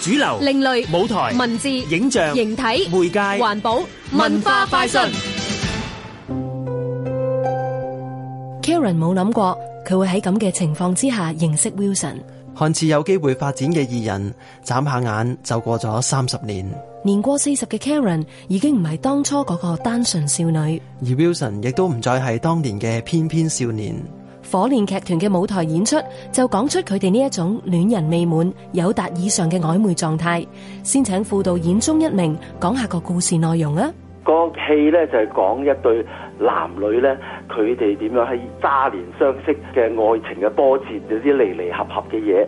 主流、另類舞台、文字、影像、形體、媒介、環保、文化快訊。 Karen 冇諗過佢會喺咁嘅情況之下認識 Wilson，看似有機會發展嘅二人，眨下眼就過咗三十年。年過四十嘅 Karen 已經唔係當初嗰個單純少女。而 Wilson 亦都唔再係當年嘅翩翩少年。火煉劇團嘅舞台演出就講出佢哋呢一種戀人未滿、友達以上嘅曖昧狀態。先請副導演鍾一鳴講下個故事內容啊！個戲咧就係講一對男女咧，佢哋點樣喺渣年相識嘅愛情嘅波折，有啲離離合合嘅嘢。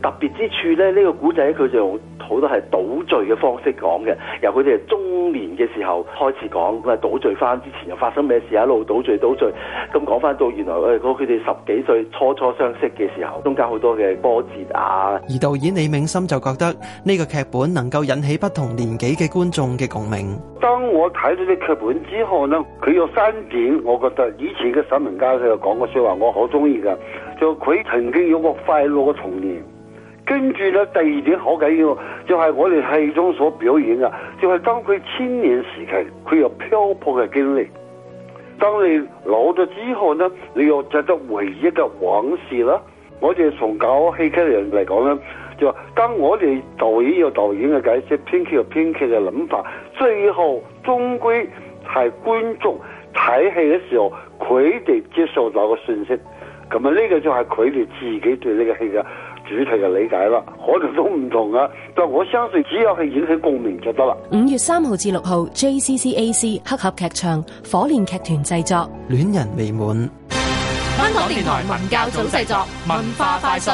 特別之處咧，呢、個古仔佢就用好多係倒敍嘅方式講嘅，由佢哋中年嘅時候開始講，咁啊倒敍翻之前又發生咩事，啊一路倒敍倒敍，咁講翻到原來誒佢哋十幾歲初初相識嘅時候，中間好多嘅波折啊，而導演李銘森就覺得呢個劇本能夠引起不同年紀嘅觀眾嘅共鳴。當我睇到啲劇本之後呢，佢有三點，我覺得以前嘅沈明家佢有講過説話，我好中意嘅，就佢曾經有個快樂嘅童年。跟住咧，第二點好緊要，就係、我哋戲中所表演嘅，就係、當佢青年時期，佢有漂泊嘅經歷。當你老咗之後呢，你又值得回憶嘅往事啦。我哋從搞戲劇嘅人嚟講呢，就話當我哋導演有導演嘅解釋，編劇有編劇嘅諗法，最後終歸係觀眾睇戲嘅時候，佢哋接受到嘅信息。咁啊，呢個就係佢哋自己對呢個戲嘅主題嘅理解啦。可能都唔同啊，但我相信只有係引起共鳴就得啦。五月三號至六號，JCCAC 黑盒劇場火煉劇團製作。戀人未滿。香港電台文教組製作，文化快訊。